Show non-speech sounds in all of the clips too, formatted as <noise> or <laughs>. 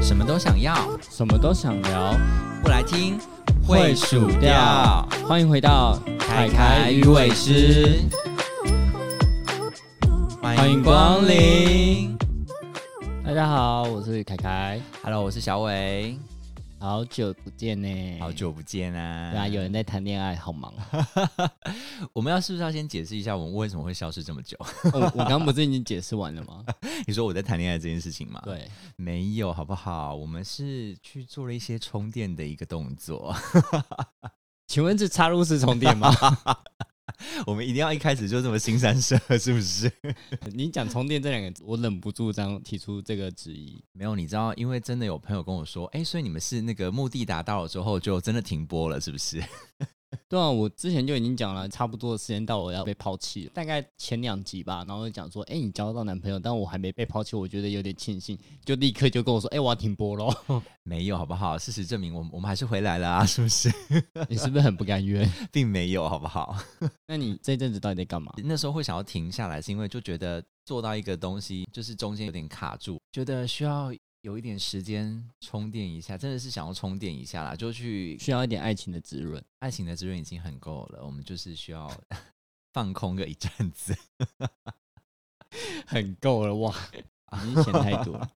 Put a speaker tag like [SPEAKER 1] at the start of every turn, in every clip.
[SPEAKER 1] 什么都想要，
[SPEAKER 2] 什么都想聊，
[SPEAKER 1] 不来听
[SPEAKER 2] 会数掉。欢迎回到
[SPEAKER 1] 凯凯鱼尾狮，
[SPEAKER 2] 欢迎光临。大家好，我是凯凯，
[SPEAKER 1] Hello，我是小伟，
[SPEAKER 2] 好久不见呢，
[SPEAKER 1] 好。久不见啊！
[SPEAKER 2] 对啊，有人在谈恋爱，好忙。
[SPEAKER 1] 我们要是不是要先解释一下我们为什么会消失这么久？
[SPEAKER 2] <laughs>
[SPEAKER 1] <laughs>
[SPEAKER 2] 我我刚不是已经解释完了吗？
[SPEAKER 1] 你说我在谈恋爱这件事情吗？，
[SPEAKER 2] <laughs> 对，
[SPEAKER 1] 没有，好不好？我们是去做了一些充电的一个动作。 <laughs>
[SPEAKER 2] 请问这插入式充电吗？
[SPEAKER 1] 我们一定要一开始就这么新三色，是不是？
[SPEAKER 2] <laughs> 你讲充电这两个字，我忍不住这样提出这个质疑。
[SPEAKER 1] 没有，你知道，因为真的有朋友跟我说，哎、所以你们是那个目的达到了之后就真的停播了，是不是？ <laughs>
[SPEAKER 2] 对啊，我之前就已经讲了，差不多时间到我要被抛弃了，大概前两集吧，然后就讲说，哎、你交到男朋友，但我还没被抛弃，我觉得有点庆幸，就立刻就跟我说，哎、我要停播喽。
[SPEAKER 1] 没有，好不好？事实证明我，我们还是回来了啊，是不是？ <laughs>
[SPEAKER 2] 你是不是很不甘愿？ <laughs>
[SPEAKER 1] 并没有，好不好？
[SPEAKER 2] 那你这阵子到底在干嘛？
[SPEAKER 1] 那时候会想要停下来，是因为就觉得做到一个东西，就是中间有点卡住，觉得需要有一点时间充电一下，真的是想要充电一下啦。就去
[SPEAKER 2] 需要一点爱情的滋润。
[SPEAKER 1] 爱情的资源已经很够了，我们就是需要 <laughs> 放空个一阵子。
[SPEAKER 2] 很够了 <laughs> 哇，已经嫌太多了。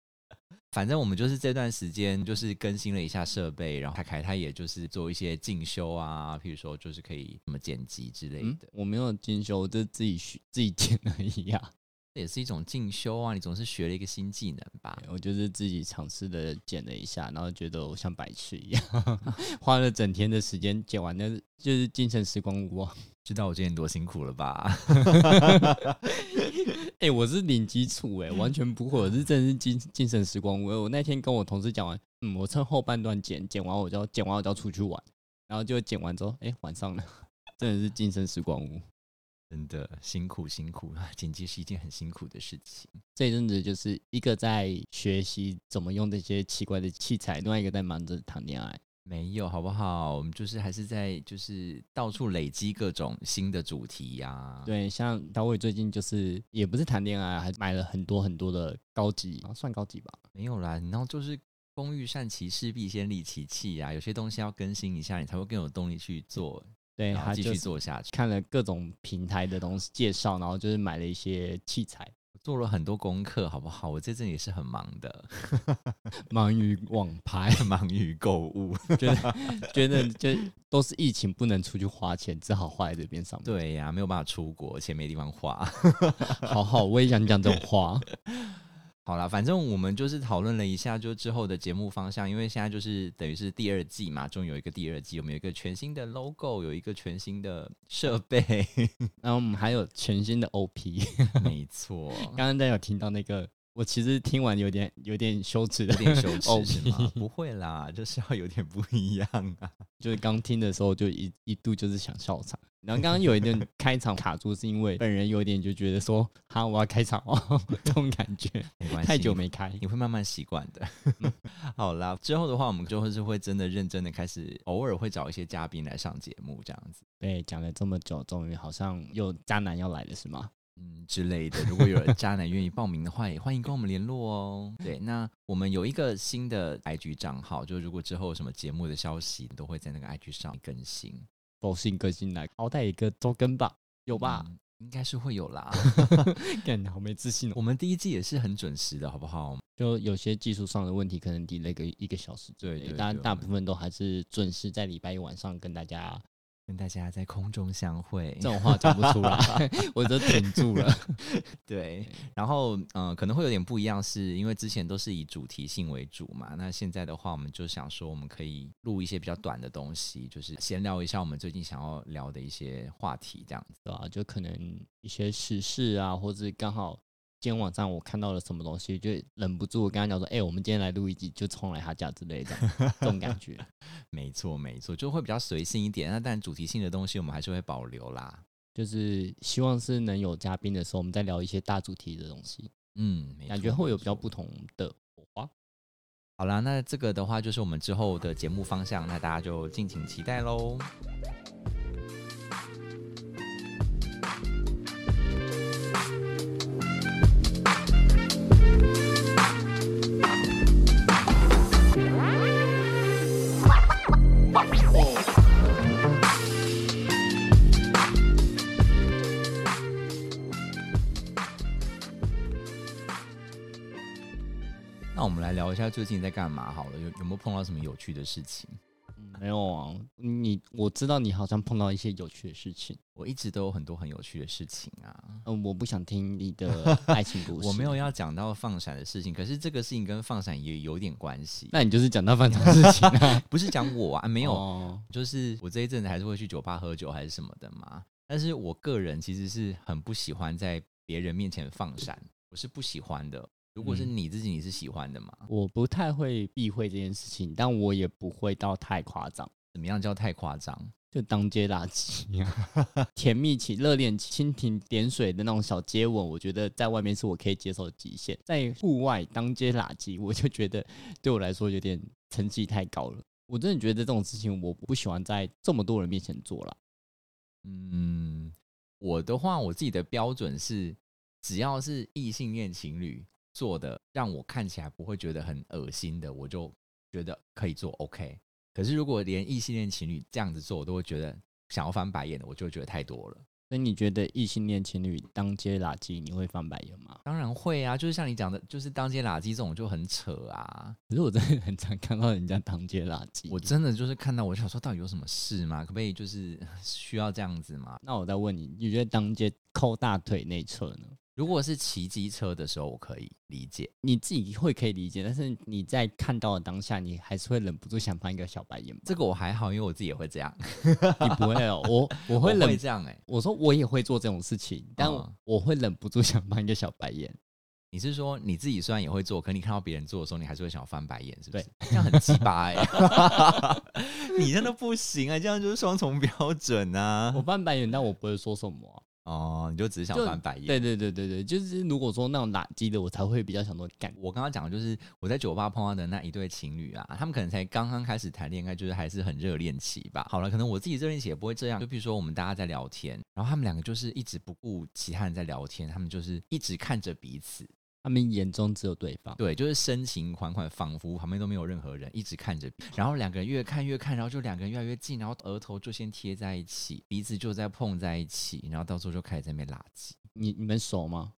[SPEAKER 1] 反正我们就是这段时间就是更新了一下设备，然后凯凯他也就是做一些进修啊，譬如说就是可以什么剪辑之类
[SPEAKER 2] <laughs> 嗯
[SPEAKER 1] 的，，
[SPEAKER 2] 我没有进修，我就自己学自己剪而已啊呀、
[SPEAKER 1] 这也是一种进修啊。你总是学了一个新技能吧？
[SPEAKER 2] 我就是自己尝试的剪了一下，然后觉得我像白痴一样， <laughs> 花了整天的时间剪完，那就是精神时光屋啊。
[SPEAKER 1] 知道我今天多辛苦了吧？ <laughs>
[SPEAKER 2] 哎、我是零基础
[SPEAKER 1] 嗯
[SPEAKER 2] 哎、完全不会，我是真的是精精神时光屋。我那天跟我同事讲完，嗯，我趁后半段剪，剪完我就要剪完我就要出去玩，然后就剪完之后，哎、晚上了， <laughs> 真的是精神时光屋。
[SPEAKER 1] 真的辛苦辛苦， <laughs> 啊！剪辑是一件很辛苦的事情。
[SPEAKER 2] 这一阵子就是一个在学习怎么用这些奇怪的器材，另外一个在忙着谈恋爱。
[SPEAKER 1] 没有好不好？我们就是还是在就是到处累积各种新的主题呀、，
[SPEAKER 2] 对，像小伟最近就是也不是谈恋爱，啊还买了很多很多的高级，
[SPEAKER 1] 哦
[SPEAKER 2] 啊算高级吧。
[SPEAKER 1] 没有啦，然后就是工欲善其事，必先利其器啊。有些东西要更新一下，你才会更有动力去做，
[SPEAKER 2] 对，
[SPEAKER 1] 然后
[SPEAKER 2] 他
[SPEAKER 1] 继
[SPEAKER 2] 就
[SPEAKER 1] 续
[SPEAKER 2] 是
[SPEAKER 1] 做下去。
[SPEAKER 2] 看了各种平台的东西介绍，然后就是买了一些器材，
[SPEAKER 1] 我做了很多功课，好不好？我这阵也是很忙的，
[SPEAKER 2] 忙于网拍，
[SPEAKER 1] 忙于购物。
[SPEAKER 2] 觉得觉得就都是疫情不能出去花钱，只好花在这边上班。
[SPEAKER 1] <laughs> 对呀、没有办法出国，钱没地方花。 <laughs>
[SPEAKER 2] 好好，我也想讲这种话。
[SPEAKER 1] 好啦，反正我们就是讨论了一下，就之后的节目方向，因为现在就是等于是第二季嘛，终于有一个第二季，我们有一个全新的 logo，有一个全新的设备， <laughs>
[SPEAKER 2] 然后我们还有全新的 OP。
[SPEAKER 1] 没错，
[SPEAKER 2] 刚刚大家有听到那个，我其实听完有点有点羞耻
[SPEAKER 1] 有
[SPEAKER 2] 的，
[SPEAKER 1] 点羞
[SPEAKER 2] 哦
[SPEAKER 1] 耻是吗？不会啦，就是要有点不一样啊。
[SPEAKER 2] 就是刚听的时候就一一度就是想笑场。然后刚刚有一段开场卡住，是因为本人有点就觉得说，哈，我要开场哦，这种感觉
[SPEAKER 1] 没关系，
[SPEAKER 2] 太久没开。
[SPEAKER 1] 你会慢慢习惯的。
[SPEAKER 2] 嗯
[SPEAKER 1] <laughs> 好啦，之后的话，我们就会是会真的认真的开始，偶尔会找一些嘉宾来上节目这样子。
[SPEAKER 2] 对，讲了这么久，终于好像又渣男要来了是吗？
[SPEAKER 1] 嗯之类的。如果有人渣男愿意报名的话，也欢迎跟我们联络哦。对，那我们有一个新的 IG 账号，就如果之后有什么节目的消息，都会在那个 IG 上更新，
[SPEAKER 2] 佛性个性来，好歹一个周更吧，有
[SPEAKER 1] 好
[SPEAKER 2] 吧？
[SPEAKER 1] 嗯应该是会有
[SPEAKER 2] <laughs>
[SPEAKER 1] 啦。
[SPEAKER 2] 干、好没自信哦。
[SPEAKER 1] 我们第一季也是很准时的，好不好？
[SPEAKER 2] 就有些技术上的问题，可能 delay 个一个小时之类的。
[SPEAKER 1] 对对
[SPEAKER 2] 当然
[SPEAKER 1] 对
[SPEAKER 2] 大
[SPEAKER 1] 我们
[SPEAKER 2] 部分都还是准时在礼拜一晚上跟大家
[SPEAKER 1] 跟大家在空中相会
[SPEAKER 2] 这。种话讲不出 <laughs> 来，我都停住了。 <laughs>
[SPEAKER 1] 对，然后嗯、呃可能会有点不一样是，因为之前都是以主题性为主嘛。那现在的话，我们就想说，我们可以录一些比较短的东西，就是闲聊一下我们最近想要聊的一些话题，这样子。
[SPEAKER 2] 对啊，就可能一些时事啊，或是刚好今天晚上我看到了什么东西，就忍不住我跟他讲说，哎、我们今天来录一集，就冲来他家之类 <laughs> 的，这种感觉。
[SPEAKER 1] 没错，没错，就会比较随性一点。那但主题性的东西我们还是会保留啦。
[SPEAKER 2] 就是希望是能有嘉宾的时候，我们再聊一些大主题的东西，
[SPEAKER 1] 嗯，没错
[SPEAKER 2] 感觉会有比较
[SPEAKER 1] 没错
[SPEAKER 2] 不同的火花。
[SPEAKER 1] 好啦。那这个的话就是我们之后的节目方向，那大家就敬请期待喽。聊一下最近在干嘛好了，有有没有碰到什么有趣的事情？
[SPEAKER 2] 嗯没有啊，你我知道你好像碰到一些有趣的事情，
[SPEAKER 1] 我一直都有很多很有趣的事情啊。
[SPEAKER 2] 嗯，我不想听你
[SPEAKER 1] <laughs>
[SPEAKER 2] 的爱情故事，
[SPEAKER 1] 我没有，要讲到放闪的事情，可是这个事情跟放闪也有点关系，
[SPEAKER 2] 那你就是讲到犯傻事情啊，
[SPEAKER 1] 不是讲我 <laughs> 啊，没有，
[SPEAKER 2] 哎哦
[SPEAKER 1] 就是我这一阵子还是会去酒吧喝酒还是什么的嘛。但是我个人其实是很不喜欢在别人面前放闪，我是不喜欢的。如果是
[SPEAKER 2] 嗯
[SPEAKER 1] 你自己，你是喜欢的嘛？
[SPEAKER 2] 我不太会避讳这件事情，但我也不会到太夸张，
[SPEAKER 1] 怎么样叫太夸张？
[SPEAKER 2] 就当街垃圾、啊， <laughs> 甜蜜期、热恋期、蜻蜓点水的那种小接吻，我觉得在外面是我可以接受的极限，在户外当街垃圾，我就觉得对我来说有点层级太高了。我真的觉得这种事情我不喜欢在这么多人面前做啦。
[SPEAKER 1] 嗯，我的话，我自己的标准是，只要是异性恋情侣做的，让我看起来不会觉得很恶心的，我就觉得可以做 OK。可是如果连异性恋情侣这样子做，我都会觉得想要翻白眼的，我就会觉得太多了。
[SPEAKER 2] 所以你觉得异性恋情侣当街垃圾，你会翻白眼吗？
[SPEAKER 1] 当然会啊，就是像你讲的，就是当街垃圾这种就很扯啊！
[SPEAKER 2] 可是我真的很常看到人家当街垃圾。
[SPEAKER 1] 我真的就是看到我就想说，到底有什么事吗？可不可以就是 <laughs> 需要这样子吗？
[SPEAKER 2] 那我再问你，你觉得当街抠大腿内侧呢？
[SPEAKER 1] 如果是骑机车的时候，我可以理解。
[SPEAKER 2] 你自己会可以理解，但是你在看到的当下，你还是会忍不住想翻一个小白眼吧。
[SPEAKER 1] 这个我还好，因为我自己也会这样，
[SPEAKER 2] 你不会哦，
[SPEAKER 1] <laughs>
[SPEAKER 2] 我我
[SPEAKER 1] 我
[SPEAKER 2] 会忍。
[SPEAKER 1] 这样哎、
[SPEAKER 2] 我说我也会做这种事情，但
[SPEAKER 1] 嗯
[SPEAKER 2] 我会忍不住想翻一个小白眼。
[SPEAKER 1] 你是说你自己虽然也会做，可你看到别人做的时候，你还是会想要翻白眼，是不是？这样很鸡巴哎、
[SPEAKER 2] <laughs>
[SPEAKER 1] 你真的不行啊、这样就是双重标准啊
[SPEAKER 2] 我！翻白眼，但我不会说什么
[SPEAKER 1] <laughs>
[SPEAKER 2] 啊、
[SPEAKER 1] 哦，你就只是想
[SPEAKER 2] 就
[SPEAKER 1] 翻白眼。
[SPEAKER 2] 对对对对对，就是如果说那种垃圾的，我才会比较想说干。
[SPEAKER 1] 我刚刚讲的就是我在酒吧碰到的那一对情侣啊，他们可能才刚刚开始谈恋爱，就是还是很热恋期吧。好了，可能我自己热恋期也不会这样。就比如说我们大家在聊天，然后他们两个就是一直不顾其他人在聊天，他们就是一直看着彼此，
[SPEAKER 2] 他们眼中只有对方，
[SPEAKER 1] 对，就是深情款款，仿佛旁边都没有任何人，一直看着。然后两个人越看越看，然后就两个人越来越近，然后额头就先贴在一起，鼻子就在碰在一起，然后到时候就开始在那边拉圾。
[SPEAKER 2] 你你们熟吗？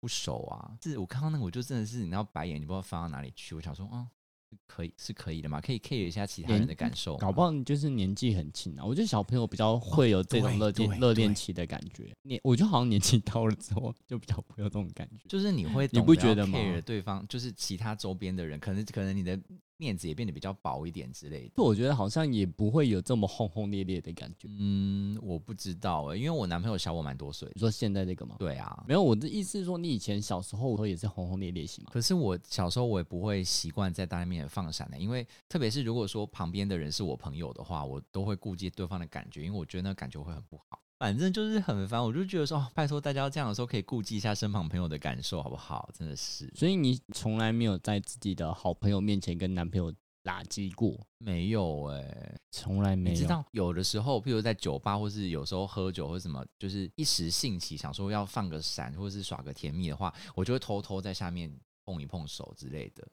[SPEAKER 1] 不熟啊。是我看到那个，我就真的是你知道白眼，你不知道翻到哪里去。我想说，啊，是可以是可以的嘛，可以 care 一下其他人的感受嘛。
[SPEAKER 2] 搞不好你就是年纪很轻啊。我觉得小朋友比较会有这种
[SPEAKER 1] 对
[SPEAKER 2] 热
[SPEAKER 1] 对
[SPEAKER 2] 恋热恋
[SPEAKER 1] 对
[SPEAKER 2] 期的感觉。你我觉得好像年纪到了之后，就比较不会有这种感觉。
[SPEAKER 1] 就是你会
[SPEAKER 2] 你
[SPEAKER 1] 懂
[SPEAKER 2] 不
[SPEAKER 1] 得要
[SPEAKER 2] 觉得吗
[SPEAKER 1] care 对方，就是其他周边的人，可能可能你的面子也变得比较薄一点之类的。
[SPEAKER 2] 就我觉得好像也不会有这么轰轰烈烈的感觉。
[SPEAKER 1] 嗯，我不知道哎、因为我男朋友小我蛮多岁的。
[SPEAKER 2] 你说现在这个吗？
[SPEAKER 1] 对啊，
[SPEAKER 2] 没有，我的意思是说，你以前小时候也是轰轰烈烈型嘛。
[SPEAKER 1] 可是我小时候我也不会习惯在大家面前放闪的，因为特别是如果说旁边的人是我朋友的话，我都会顾及对方的感觉，因为我觉得那感觉会很不好。反正就是很烦，我就觉得说，哦、拜托大家这样的时候可以顾及一下身旁朋友的感受，好不好？真的是
[SPEAKER 2] 所以你从来没有在自己的好朋友面前跟男朋友拉鸡过，
[SPEAKER 1] 没有哎、
[SPEAKER 2] 从来没
[SPEAKER 1] 你
[SPEAKER 2] 有。
[SPEAKER 1] 知道有的时候，譬如在酒吧，或是有时候喝酒或什么，就是一时兴起想说要放个闪，或是耍个甜蜜的话，我就会偷偷在下面碰一碰手之类的。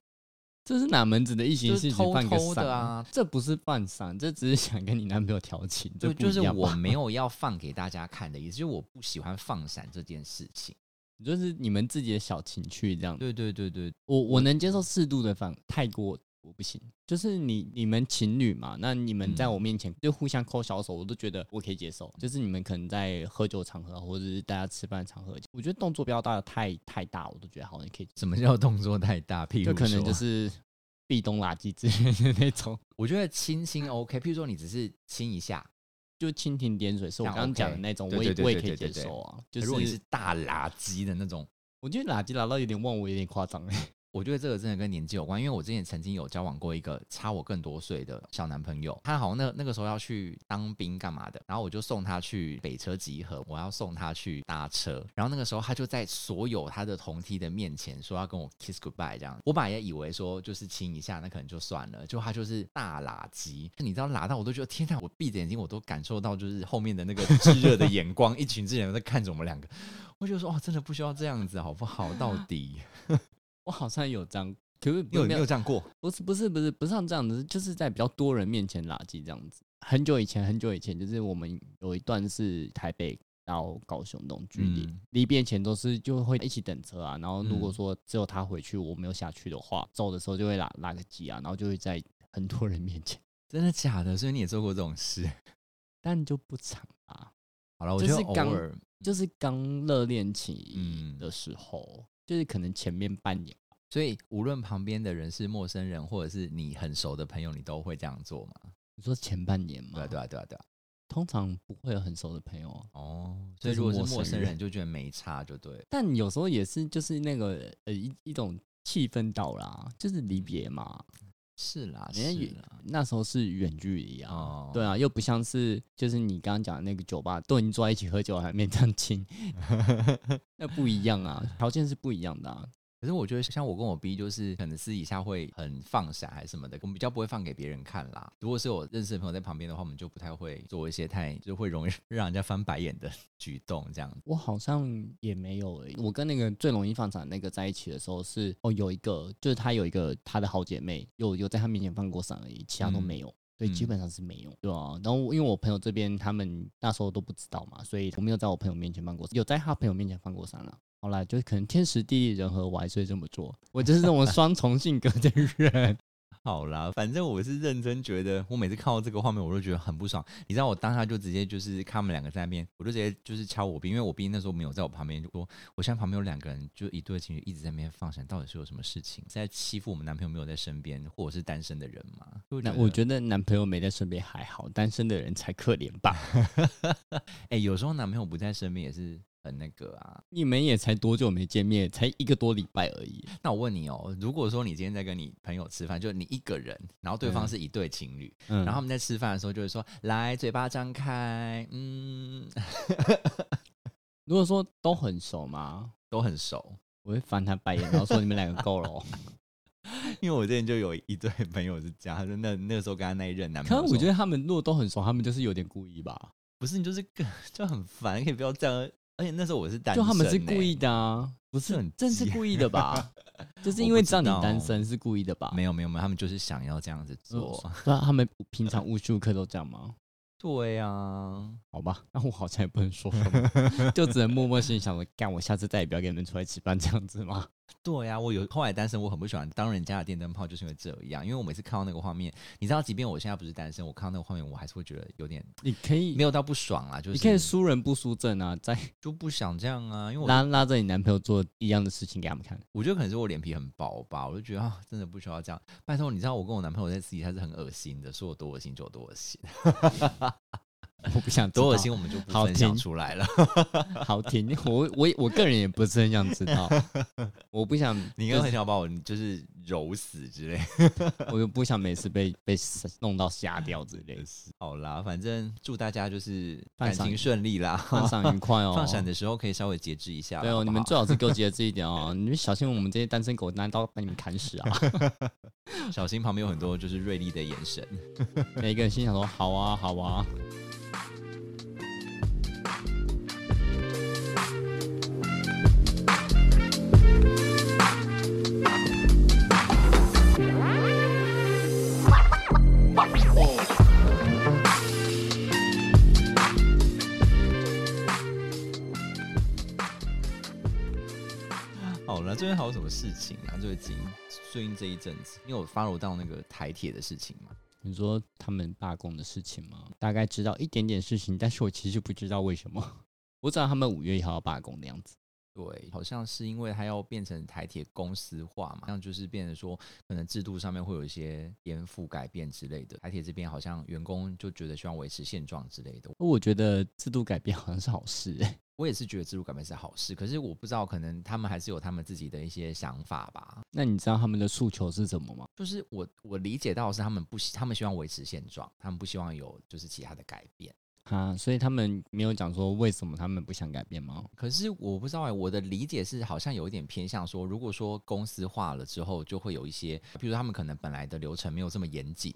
[SPEAKER 2] 这是哪门子的异行
[SPEAKER 1] 就是
[SPEAKER 2] 事情？
[SPEAKER 1] 偷
[SPEAKER 2] 犯个
[SPEAKER 1] 偷的
[SPEAKER 2] 傻
[SPEAKER 1] 啊！
[SPEAKER 2] 这不是犯傻，这只是想跟你男朋友调情，这
[SPEAKER 1] 就
[SPEAKER 2] 不
[SPEAKER 1] 就
[SPEAKER 2] 一
[SPEAKER 1] 是
[SPEAKER 2] 样吧
[SPEAKER 1] 我没有要放给大家看的意思，就是我不喜欢放闪这件事情。
[SPEAKER 2] 就是你们自己的小情趣这样。
[SPEAKER 1] 对对对对，
[SPEAKER 2] 我我能接受适度的放，太过我不行。就是你你们情侣嘛，那你们在
[SPEAKER 1] 嗯
[SPEAKER 2] 我面前就互相抠小手，我都觉得我可以接受。就是你们可能在喝酒场合，或者是大家吃饭场合，我觉得动作不要大的太太大，我都觉得好像可以接
[SPEAKER 1] 什么叫动作太大？譬如
[SPEAKER 2] 受，就可能
[SPEAKER 1] 说
[SPEAKER 2] 就是壁咚垃圾之类的那种。
[SPEAKER 1] 我觉得亲亲 OK，譬如说你只是亲一下，
[SPEAKER 2] 就蜻蜓点水是我
[SPEAKER 1] 这样
[SPEAKER 2] 刚刚讲的
[SPEAKER 1] 啊 OK
[SPEAKER 2] 那种，
[SPEAKER 1] 对
[SPEAKER 2] 我也
[SPEAKER 1] 对
[SPEAKER 2] 我
[SPEAKER 1] 对
[SPEAKER 2] 也可以
[SPEAKER 1] 对对
[SPEAKER 2] 接
[SPEAKER 1] 对
[SPEAKER 2] 受啊。就是
[SPEAKER 1] 如果你是大垃圾的那种，
[SPEAKER 2] 我觉得垃圾拉到有点忘我，有点夸张 <laughs> 欸
[SPEAKER 1] 我觉得这个真的跟年纪有关。因为我之前曾经有交往过一个差我更多岁的小男朋友，他好像那那个时候要去当兵干嘛的，然后我就送他去北车集合，我要送他去搭车，然后那个时候他就在所有他的同梯的面前说要跟我 kiss goodbye 这样，我本来也以为说就是亲一下那可能就算了，就他就是大垃圾，你知道拉到我都觉得天哪，我闭着眼睛我都感受到就是后面的那个炙热的眼光， <laughs> 一群之人在看着我们两个，我就说哦，真的不需要这样子好不好？到底
[SPEAKER 2] 我好像有这样，可是
[SPEAKER 1] 你有
[SPEAKER 2] 没
[SPEAKER 1] 你有这样过？
[SPEAKER 2] 不是不是不是不是像这样子，就是在比较多人面前垃圾这样子。很久以前，很久以前，就是我们有一段是台北到高雄那种距离
[SPEAKER 1] 嗯，
[SPEAKER 2] 离、别人前都是就会一起等车啊。然后如果
[SPEAKER 1] 嗯
[SPEAKER 2] 说只有他回去，我没有下去的话，走的时候就会拉拉个鸡啊，然后就会在很多人面前，
[SPEAKER 1] 真的假的？所以你也做过这种事？
[SPEAKER 2] 但就不长啊，
[SPEAKER 1] 好了，我
[SPEAKER 2] 这
[SPEAKER 1] 觉得
[SPEAKER 2] 是
[SPEAKER 1] 偶
[SPEAKER 2] 刚
[SPEAKER 1] 尔，
[SPEAKER 2] 就是刚热恋期
[SPEAKER 1] 嗯
[SPEAKER 2] 的时候，就是可能前面半年。
[SPEAKER 1] 所以无论旁边的人是陌生人，或者是你很熟的朋友，你都会这样做嘛？
[SPEAKER 2] 你说前半年
[SPEAKER 1] 对啊，
[SPEAKER 2] 嘛，
[SPEAKER 1] 对啊，对啊，对啊。
[SPEAKER 2] 通常不会有很熟的朋友啊，
[SPEAKER 1] 哦，
[SPEAKER 2] 这
[SPEAKER 1] 所以
[SPEAKER 2] 是
[SPEAKER 1] 如果
[SPEAKER 2] 陌
[SPEAKER 1] 是陌
[SPEAKER 2] 生
[SPEAKER 1] 生人，
[SPEAKER 2] 人
[SPEAKER 1] 就觉得没差，就对了。
[SPEAKER 2] 但有时候也是就是那个呃一一种气氛到啦，就是离别嘛。
[SPEAKER 1] 是啦，
[SPEAKER 2] 人家
[SPEAKER 1] 是
[SPEAKER 2] 远
[SPEAKER 1] 啦。
[SPEAKER 2] 那时候是远距离啊，
[SPEAKER 1] 哦
[SPEAKER 2] 对啊，又不像是就是你刚刚讲的那个酒吧，都已经坐在一起喝酒了还没这样亲，那不一样啊，条件是不一样的啊。
[SPEAKER 1] 可是我觉得，像我跟我 B，就是可能私底下会很放闪还是什么的，我们比较不会放给别人看啦。如果是我认识的朋友在旁边的话，我们就不太会做一些太就会容易 <laughs> 让人家翻白眼的举动，这样子。
[SPEAKER 2] 我好像也没有诶、我跟那个最容易放闪的那个在一起的时候是哦，有一个就是她有一个她的好姐妹有有在她面前放过闪而已，其他都没有。对，
[SPEAKER 1] 嗯
[SPEAKER 2] 基本上是没有，对啊。然后我因为我朋友这边他们那时候都不知道嘛，所以我没有在我朋友面前放过，有在他朋友面前放过闪了。好啦，就是可能天时地利人和，我还是会这么做。我就是那种双重性格的
[SPEAKER 1] <laughs>
[SPEAKER 2] 人。
[SPEAKER 1] 好啦，反正我是认真觉得，我每次看到这个画面，我都觉得很不爽。你知道，我当下就直接就是看他们两个在那边，我就直接就是敲我 B，因为我 B 那时候没有在我旁边，就说我现在旁边有两个人，就一对情侣一直在那边放闪，到底是有什么事情在欺负我们男朋友没有在身边，或者是单身的人嘛？就
[SPEAKER 2] 那我觉得男朋友没在身边还好，单身的人才可怜吧？ <laughs>
[SPEAKER 1] 哎、有时候男朋友不在身边也是很那个啊。
[SPEAKER 2] 你们也才多久没见面？才一个多礼拜而已。
[SPEAKER 1] 那我问你哦，如果说你今天在跟你朋友吃饭，就你一个人，然后对方
[SPEAKER 2] 嗯
[SPEAKER 1] 是一对情侣，
[SPEAKER 2] 嗯
[SPEAKER 1] <laughs> 然后他们在吃饭的时候就会说：“来，嘴巴张开，嗯， <laughs>
[SPEAKER 2] 如果说都很熟嘛，
[SPEAKER 1] 都很熟。
[SPEAKER 2] 我会翻他白眼，然后说你们两个够
[SPEAKER 1] <laughs>
[SPEAKER 2] 了哦。”
[SPEAKER 1] 因为我之前就有一对朋友是这样，他说那那个时候跟他那一任男朋
[SPEAKER 2] 可
[SPEAKER 1] 友
[SPEAKER 2] 是
[SPEAKER 1] 说，
[SPEAKER 2] 我觉得他们如果都很熟，他们就是有点故意吧？
[SPEAKER 1] 不是，你就是个就很烦，可以不要这样。而且那时候我是单身、欸
[SPEAKER 2] 就他们是故意、的啊，不
[SPEAKER 1] 这
[SPEAKER 2] 是
[SPEAKER 1] 很？
[SPEAKER 2] 真是
[SPEAKER 1] 急
[SPEAKER 2] 故意
[SPEAKER 1] <laughs>
[SPEAKER 2] 的吧？就是
[SPEAKER 1] 我
[SPEAKER 2] 因
[SPEAKER 1] 不
[SPEAKER 2] 为
[SPEAKER 1] 知
[SPEAKER 2] 知道你
[SPEAKER 1] 道哦
[SPEAKER 2] 单身是故意的吧？
[SPEAKER 1] 没有没有没有，他们就是想要这样子
[SPEAKER 2] 啊嗯
[SPEAKER 1] 做。
[SPEAKER 2] 对啊，他们平常无时无刻都这样吗？
[SPEAKER 1] 对啊，
[SPEAKER 2] 好吧， <laughs> 那我好像也不能说什
[SPEAKER 1] <laughs>
[SPEAKER 2] 么，就只能默默心里想着，干，我下次再也不要跟你们出来吃饭这样子
[SPEAKER 1] <laughs>
[SPEAKER 2] 吗？
[SPEAKER 1] 对呀、我有后来单身，我很不喜欢当人家的电灯泡，就是因为这样。因为我每次看到那个画面，你知道，即便我现在不是单身，我看到那个画面，我还是会觉得有点
[SPEAKER 2] 你可以
[SPEAKER 1] 没，有到不爽啦，就是
[SPEAKER 2] 你可以输人不输阵啊，再
[SPEAKER 1] 就不想这样啊。因为我
[SPEAKER 2] 拉拉着你男朋友做一样的事情给他们看。
[SPEAKER 1] 我觉得可能是我脸皮很薄吧，我就觉得啊，真的不需要这样。拜托，你知道我跟我男朋友在私底下是很恶心的，说我多恶心就有多恶心，
[SPEAKER 2] 我不想知
[SPEAKER 1] 多恶
[SPEAKER 2] 道
[SPEAKER 1] 心我们就不
[SPEAKER 2] 好
[SPEAKER 1] 分享
[SPEAKER 2] 听
[SPEAKER 1] 出来
[SPEAKER 2] <laughs>
[SPEAKER 1] 了。 <laughs>
[SPEAKER 2] 好甜，我我我个人也不是很想知道，我不想，
[SPEAKER 1] 你应该很想把我就是揉死之类的。 <laughs>
[SPEAKER 2] 我又不想每次被被弄到瞎掉之类的，
[SPEAKER 1] 好啦，反正祝大家就是
[SPEAKER 2] 放
[SPEAKER 1] 感
[SPEAKER 2] 闪
[SPEAKER 1] 情顺利啦，
[SPEAKER 2] 放闪愉快哦，
[SPEAKER 1] 放闪。的时候可以稍微节制一下啦。
[SPEAKER 2] 对
[SPEAKER 1] 好
[SPEAKER 2] 哦，
[SPEAKER 1] 不
[SPEAKER 2] 你们
[SPEAKER 1] 好
[SPEAKER 2] 最好是给我节制一点哦，你们小心我们这些单身狗拿刀把你们砍死啊！
[SPEAKER 1] <laughs> 小心旁边有很多就是锐利的眼神。
[SPEAKER 2] 每一个人心想说好啊好啊，
[SPEAKER 1] 好了，最近还有什么事情啊？最近最近这一阵子，因为我 follow 到那个台铁的事情嘛，
[SPEAKER 2] 你说他们罢工的事情吗？大概知道一点点事情，但是我其实不知道为什么，我知道他们五月一号要罢工的样子。
[SPEAKER 1] 对，好像是因为它要变成台铁公司化嘛，这样就是变成说可能制度上面会有一些颠覆、改变之类的。台铁这边好像员工就觉得希望维持现状之类的。
[SPEAKER 2] 我觉得制度改变好像是好事、欸，
[SPEAKER 1] 我也是觉得制度改变是好事，可是我不知道，可能他们还是有他们自己的一些想法吧。
[SPEAKER 2] 那你知道他们的诉求是什么吗？
[SPEAKER 1] 就是我我理解到的是他们不希，他们希望维持现状，他们不希望有就是其他的改变。
[SPEAKER 2] 啊，所以他们没有讲说为什么他们不想改变吗？
[SPEAKER 1] 可是我不知道哎、我的理解是好像有一点偏向说，如果说公司化了之后，就会有一些，比如说他们可能本来的流程没有这么严谨，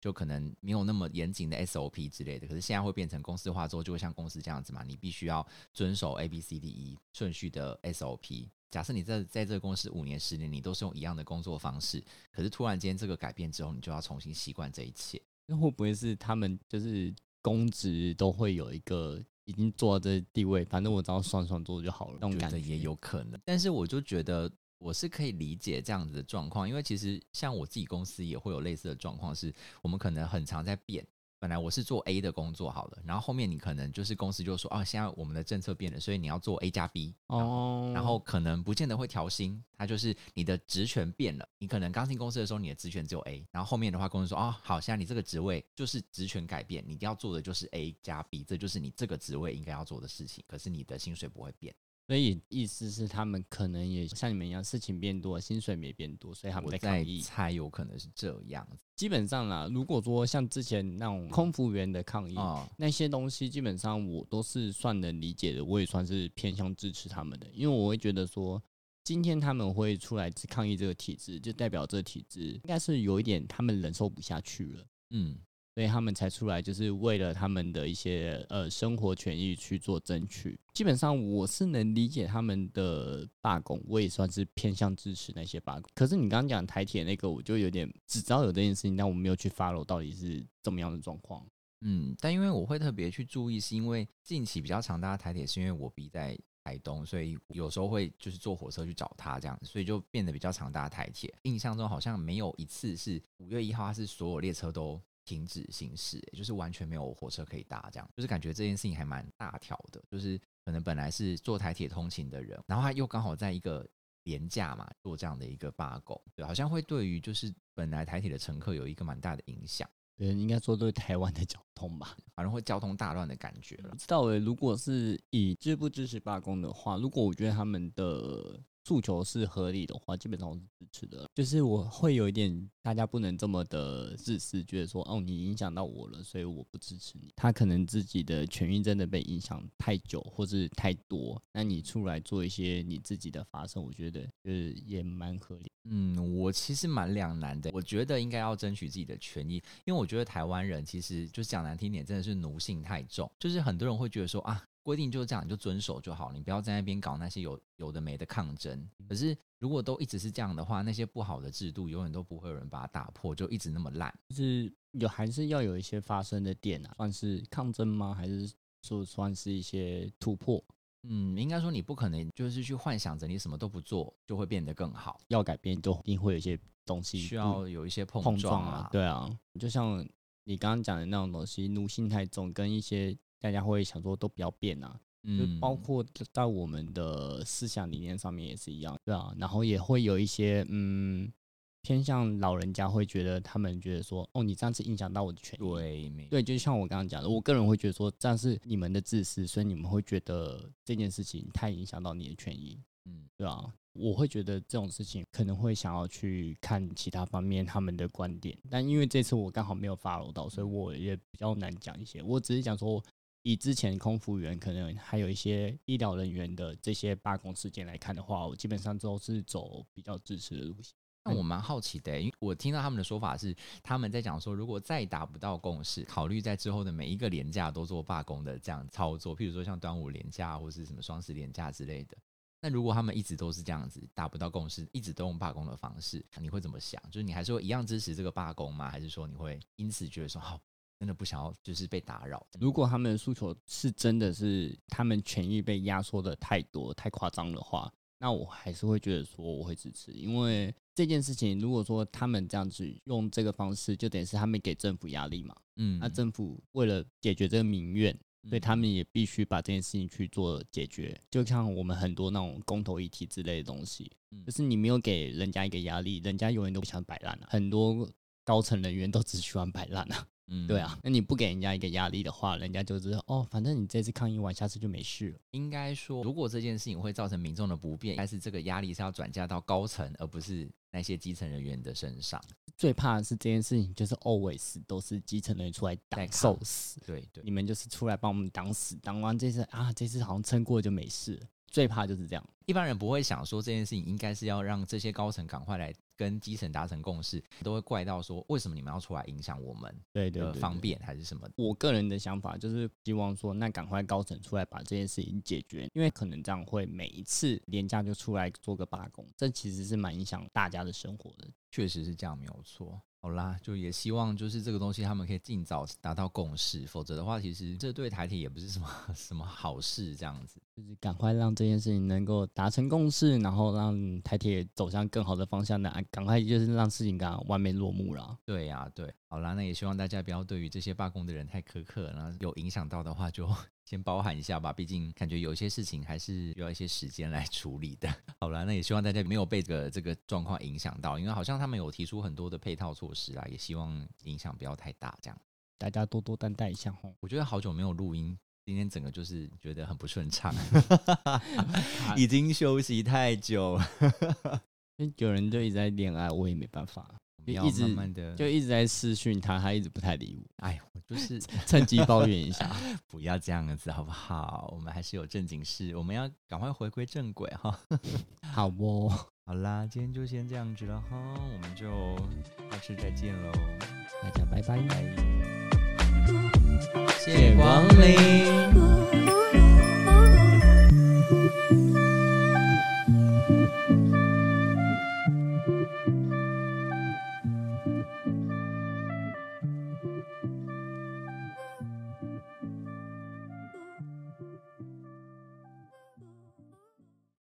[SPEAKER 1] 就可能没有那么严谨的 SOP 之类的。可是现在会变成公司化之后，就会像公司这样子嘛，你必须要遵守 A B C D E 顺序的 SOP。假设你在在这个公司五年、十年，你都是用一样的工作方式，可是突然间这个改变之后，你就要重新习惯这一切。
[SPEAKER 2] 那会不会是他们就是公职都会有一个已经做到这地位，反正我只要爽爽做就好了，那种
[SPEAKER 1] 觉
[SPEAKER 2] 感
[SPEAKER 1] 得
[SPEAKER 2] 觉
[SPEAKER 1] 也有可能。但是我就觉得我是可以理解这样子的状况，因为其实像我自己公司也会有类似的状况，是我们可能很常在变。本来我是做 A 的工作好了，然后后面你可能就是公司就说啊，现在我们的政策变了，所以你要做 A 加 B
[SPEAKER 2] 哦。
[SPEAKER 1] 然后可能不见得会调薪，它就是你的职权变了。你可能刚进公司的时候，你的职权只有 A，然后后面的话，公司说哦，好，现在你这个职位就是职权改变，你要做的就是 A 加 B，这就是你这个职位应该要做的事情。可是你的薪水不会变，
[SPEAKER 2] 所以意思是他们可能也像你们一样，事情变多，薪水没变多，所以他们
[SPEAKER 1] 我
[SPEAKER 2] 在
[SPEAKER 1] 在
[SPEAKER 2] 抗议。
[SPEAKER 1] 猜有可能是这样子
[SPEAKER 2] 基本上啦，如果说像之前那种空服员的抗议，
[SPEAKER 1] 嗯哦，
[SPEAKER 2] 那些东西基本上我都是算能理解的，我也算是偏向支持他们的，因为我会觉得说，今天他们会出来抗议这个体制，就代表这个体制应该是有一点他们忍受不下去了，
[SPEAKER 1] 嗯，
[SPEAKER 2] 所以他们才出来，就是为了他们的一些呃生活权益去做争取。基本上我是能理解他们的罢工，我也算是偏向支持那些罢工。可是你刚刚讲台铁那个，我就有点只知道有这件事情，但我没有去 follow 到底是怎么样的状况。
[SPEAKER 1] 嗯，但因为我会特别去注意，是因为近期比较常搭的台铁，是因为我逼在台东，所以有时候会就是坐火车去找他这样子，所以就变得比较常搭台铁。印象中好像没有一次是五月一号，它是所有列车都停止行驶、欸就是完全没有火车可以搭，这样就是感觉这件事情还蛮大条的，就是可能本来是坐台铁通勤的人，然后他又刚好在一个。廉价嘛，做这样的一个罢工，对，好像会对于就是本来台铁的乘客有一个蛮大的影响，
[SPEAKER 2] 对，应该说对台湾的交通吧。
[SPEAKER 1] 反正会交通大乱的感觉了
[SPEAKER 2] 不。知道诶、如果是以支不支持罢工的话，如果我觉得他们的诉求是合理的话，基本上我是支持的。就是我会有一点，大家不能这么的自私，觉得说哦，你影响到我了，所以我不支持你。他可能自己的权益真的被影响太久，或是太多，那你出来做一些你自己的发声，我觉得就是也蛮合理。
[SPEAKER 1] 嗯，我其实蛮两难的。我觉得应该要争取自己的权益，因为我觉得台湾人其实就讲难听点，真的是奴性太重。就是很多人会觉得说啊，规定就是这样，你就遵守就好，你不要在那边搞那些有有的没的抗争。
[SPEAKER 2] 嗯
[SPEAKER 1] 可是如果都一直是这样的话，那些不好的制度永远都不会有人把它打破，就一直那么烂。
[SPEAKER 2] 就是有还是要有一些发声的点啊，算是抗争吗？还是说算是一些突破？
[SPEAKER 1] 嗯，应该说你不可能就是去幻想着你什么都不做就会变得更好，
[SPEAKER 2] 要改变，都一定会有一些东西
[SPEAKER 1] 需
[SPEAKER 2] 不
[SPEAKER 1] 要有一些碰
[SPEAKER 2] 碰
[SPEAKER 1] 撞
[SPEAKER 2] 撞啊。对啊，就像你刚刚讲的那种东西，奴性太重，跟一些大家会想说都不要变啊，就
[SPEAKER 1] 嗯，
[SPEAKER 2] 包括在我们的思想理念上面也是一样，对啊。然后也会有一些嗯，偏向老人家会觉得他们觉得说，哦，你这样子影响到我的权益，
[SPEAKER 1] 对，没
[SPEAKER 2] 对，就像我刚刚讲的，我个人会觉得说，这样是你们的自私，所以你们会觉得这件事情太影响到你的权益，
[SPEAKER 1] 嗯
[SPEAKER 2] 嗯，对啊，我会觉得这种事情可能会想要去看其他方面他们的观点，但因为这次我刚好没有 follow 到，所以我也比较难讲一些。我只是讲说，以之前空服员可能还有一些医疗人员的这些罢工事件来看的话，我基本上都是走比较支持的路线。
[SPEAKER 1] 那
[SPEAKER 2] 嗯
[SPEAKER 1] 我蛮好奇的欸、因为我听到他们的说法是，他们在讲说，如果再达不到共识，考虑在之后的每一个廉价都做罢工的这样操作，譬如说像端午廉价或是什么双十廉价之类的。那如果他们一直都是这样子，达不到共识，一直都用罢工的方式，你会怎么想？就是你还是会一样支持这个罢工吗？还是说你会因此觉得说，好、真的不想要，就是被打扰？
[SPEAKER 2] 如果他们的诉求是真的是他们权益被压缩的太多、太夸张的话，那我还是会觉得说我会支持，因为这件事情如果说他们这样子用这个方式，就等于是他们给政府压力嘛。
[SPEAKER 1] 嗯
[SPEAKER 2] 那政府为了解决这个民怨，所以他们也必须把这件事情去做解决。就像我们很多那种公投议题之类的东西
[SPEAKER 1] 嗯，
[SPEAKER 2] 就是你没有给人家一个压力，人家永远都不想摆烂了。啊很多高层人员都只喜欢摆烂啊。
[SPEAKER 1] 嗯
[SPEAKER 2] 对啊，那你不给人家一个压力的话，人家就知道哦，反正你这次抗议完，下次就没事了。
[SPEAKER 1] 应该说，如果这件事情会造成民众的不便，应该是这个压力是要转嫁到高层，而不是那些基层人员的身上。
[SPEAKER 2] 最怕的是这件事情，就是 always 都是基层人出来
[SPEAKER 1] 在
[SPEAKER 2] 挡
[SPEAKER 1] 抗
[SPEAKER 2] 受死，
[SPEAKER 1] 对对，
[SPEAKER 2] 你们就是出来帮我们挡死，挡完这次啊，这次好像撑过就没事了。最怕就是这样，
[SPEAKER 1] 一般人不会想说这件事情应该是要让这些高层赶快来跟基层达成共识，都会怪到说为什么你们要出来影响我们
[SPEAKER 2] 对对
[SPEAKER 1] 的
[SPEAKER 2] 对
[SPEAKER 1] 方。便还是什么的。
[SPEAKER 2] 对我个人的想法就是希望说，那赶快高层出来把这件事情解决，因为可能这样会每一次廉价就出来做个罢工，这其实是蛮影响大家的生活的。
[SPEAKER 1] 确实是这样，没有错。好啦，就也希望就是这个东西他们可以尽早达到共识，否则的话，其实这对台铁也不是什么 <laughs> 什么好事。这样子，
[SPEAKER 2] 就是赶快让这件事情能够达成共识，然后让台铁走向更好的方向，那啊赶快就是让事情赶快完美落幕啦。
[SPEAKER 1] 对呀、对，好啦，那也希望大家不要对于这些罢工的人太苛刻，然后有影响到的话就 <laughs> 先包含一下吧，毕竟感觉有一些事情还是需要一些时间来处理的。 <laughs> 好啦，那也希望大家没有被这个这个状况影响到，因为好像他们有提出很多的配套措施啊，也希望影响不要太大。这样，
[SPEAKER 2] 大家多多担待一下吼。
[SPEAKER 1] 我觉得好久没有录音。今天整个就是觉得很不顺畅，
[SPEAKER 2] <laughs> 啊
[SPEAKER 1] 已经休息太久了，
[SPEAKER 2] 因为有人就一直在恋爱，我也没办法，
[SPEAKER 1] 我们
[SPEAKER 2] 就
[SPEAKER 1] 要
[SPEAKER 2] 一直
[SPEAKER 1] 慢慢的，
[SPEAKER 2] 就一直在私讯他，他一直不太理我，
[SPEAKER 1] 哎，我
[SPEAKER 2] <laughs>
[SPEAKER 1] 就是 <laughs>
[SPEAKER 2] 趁机抱怨一下。 <laughs>
[SPEAKER 1] 不要这样子好不好？我们还是有正经事，我们要赶快回归正轨哈。
[SPEAKER 2] 好哦，
[SPEAKER 1] 好啦，今天就先这样子了哈，我们就下次再见喽，
[SPEAKER 2] 大家拜拜。
[SPEAKER 1] 谢谢光临。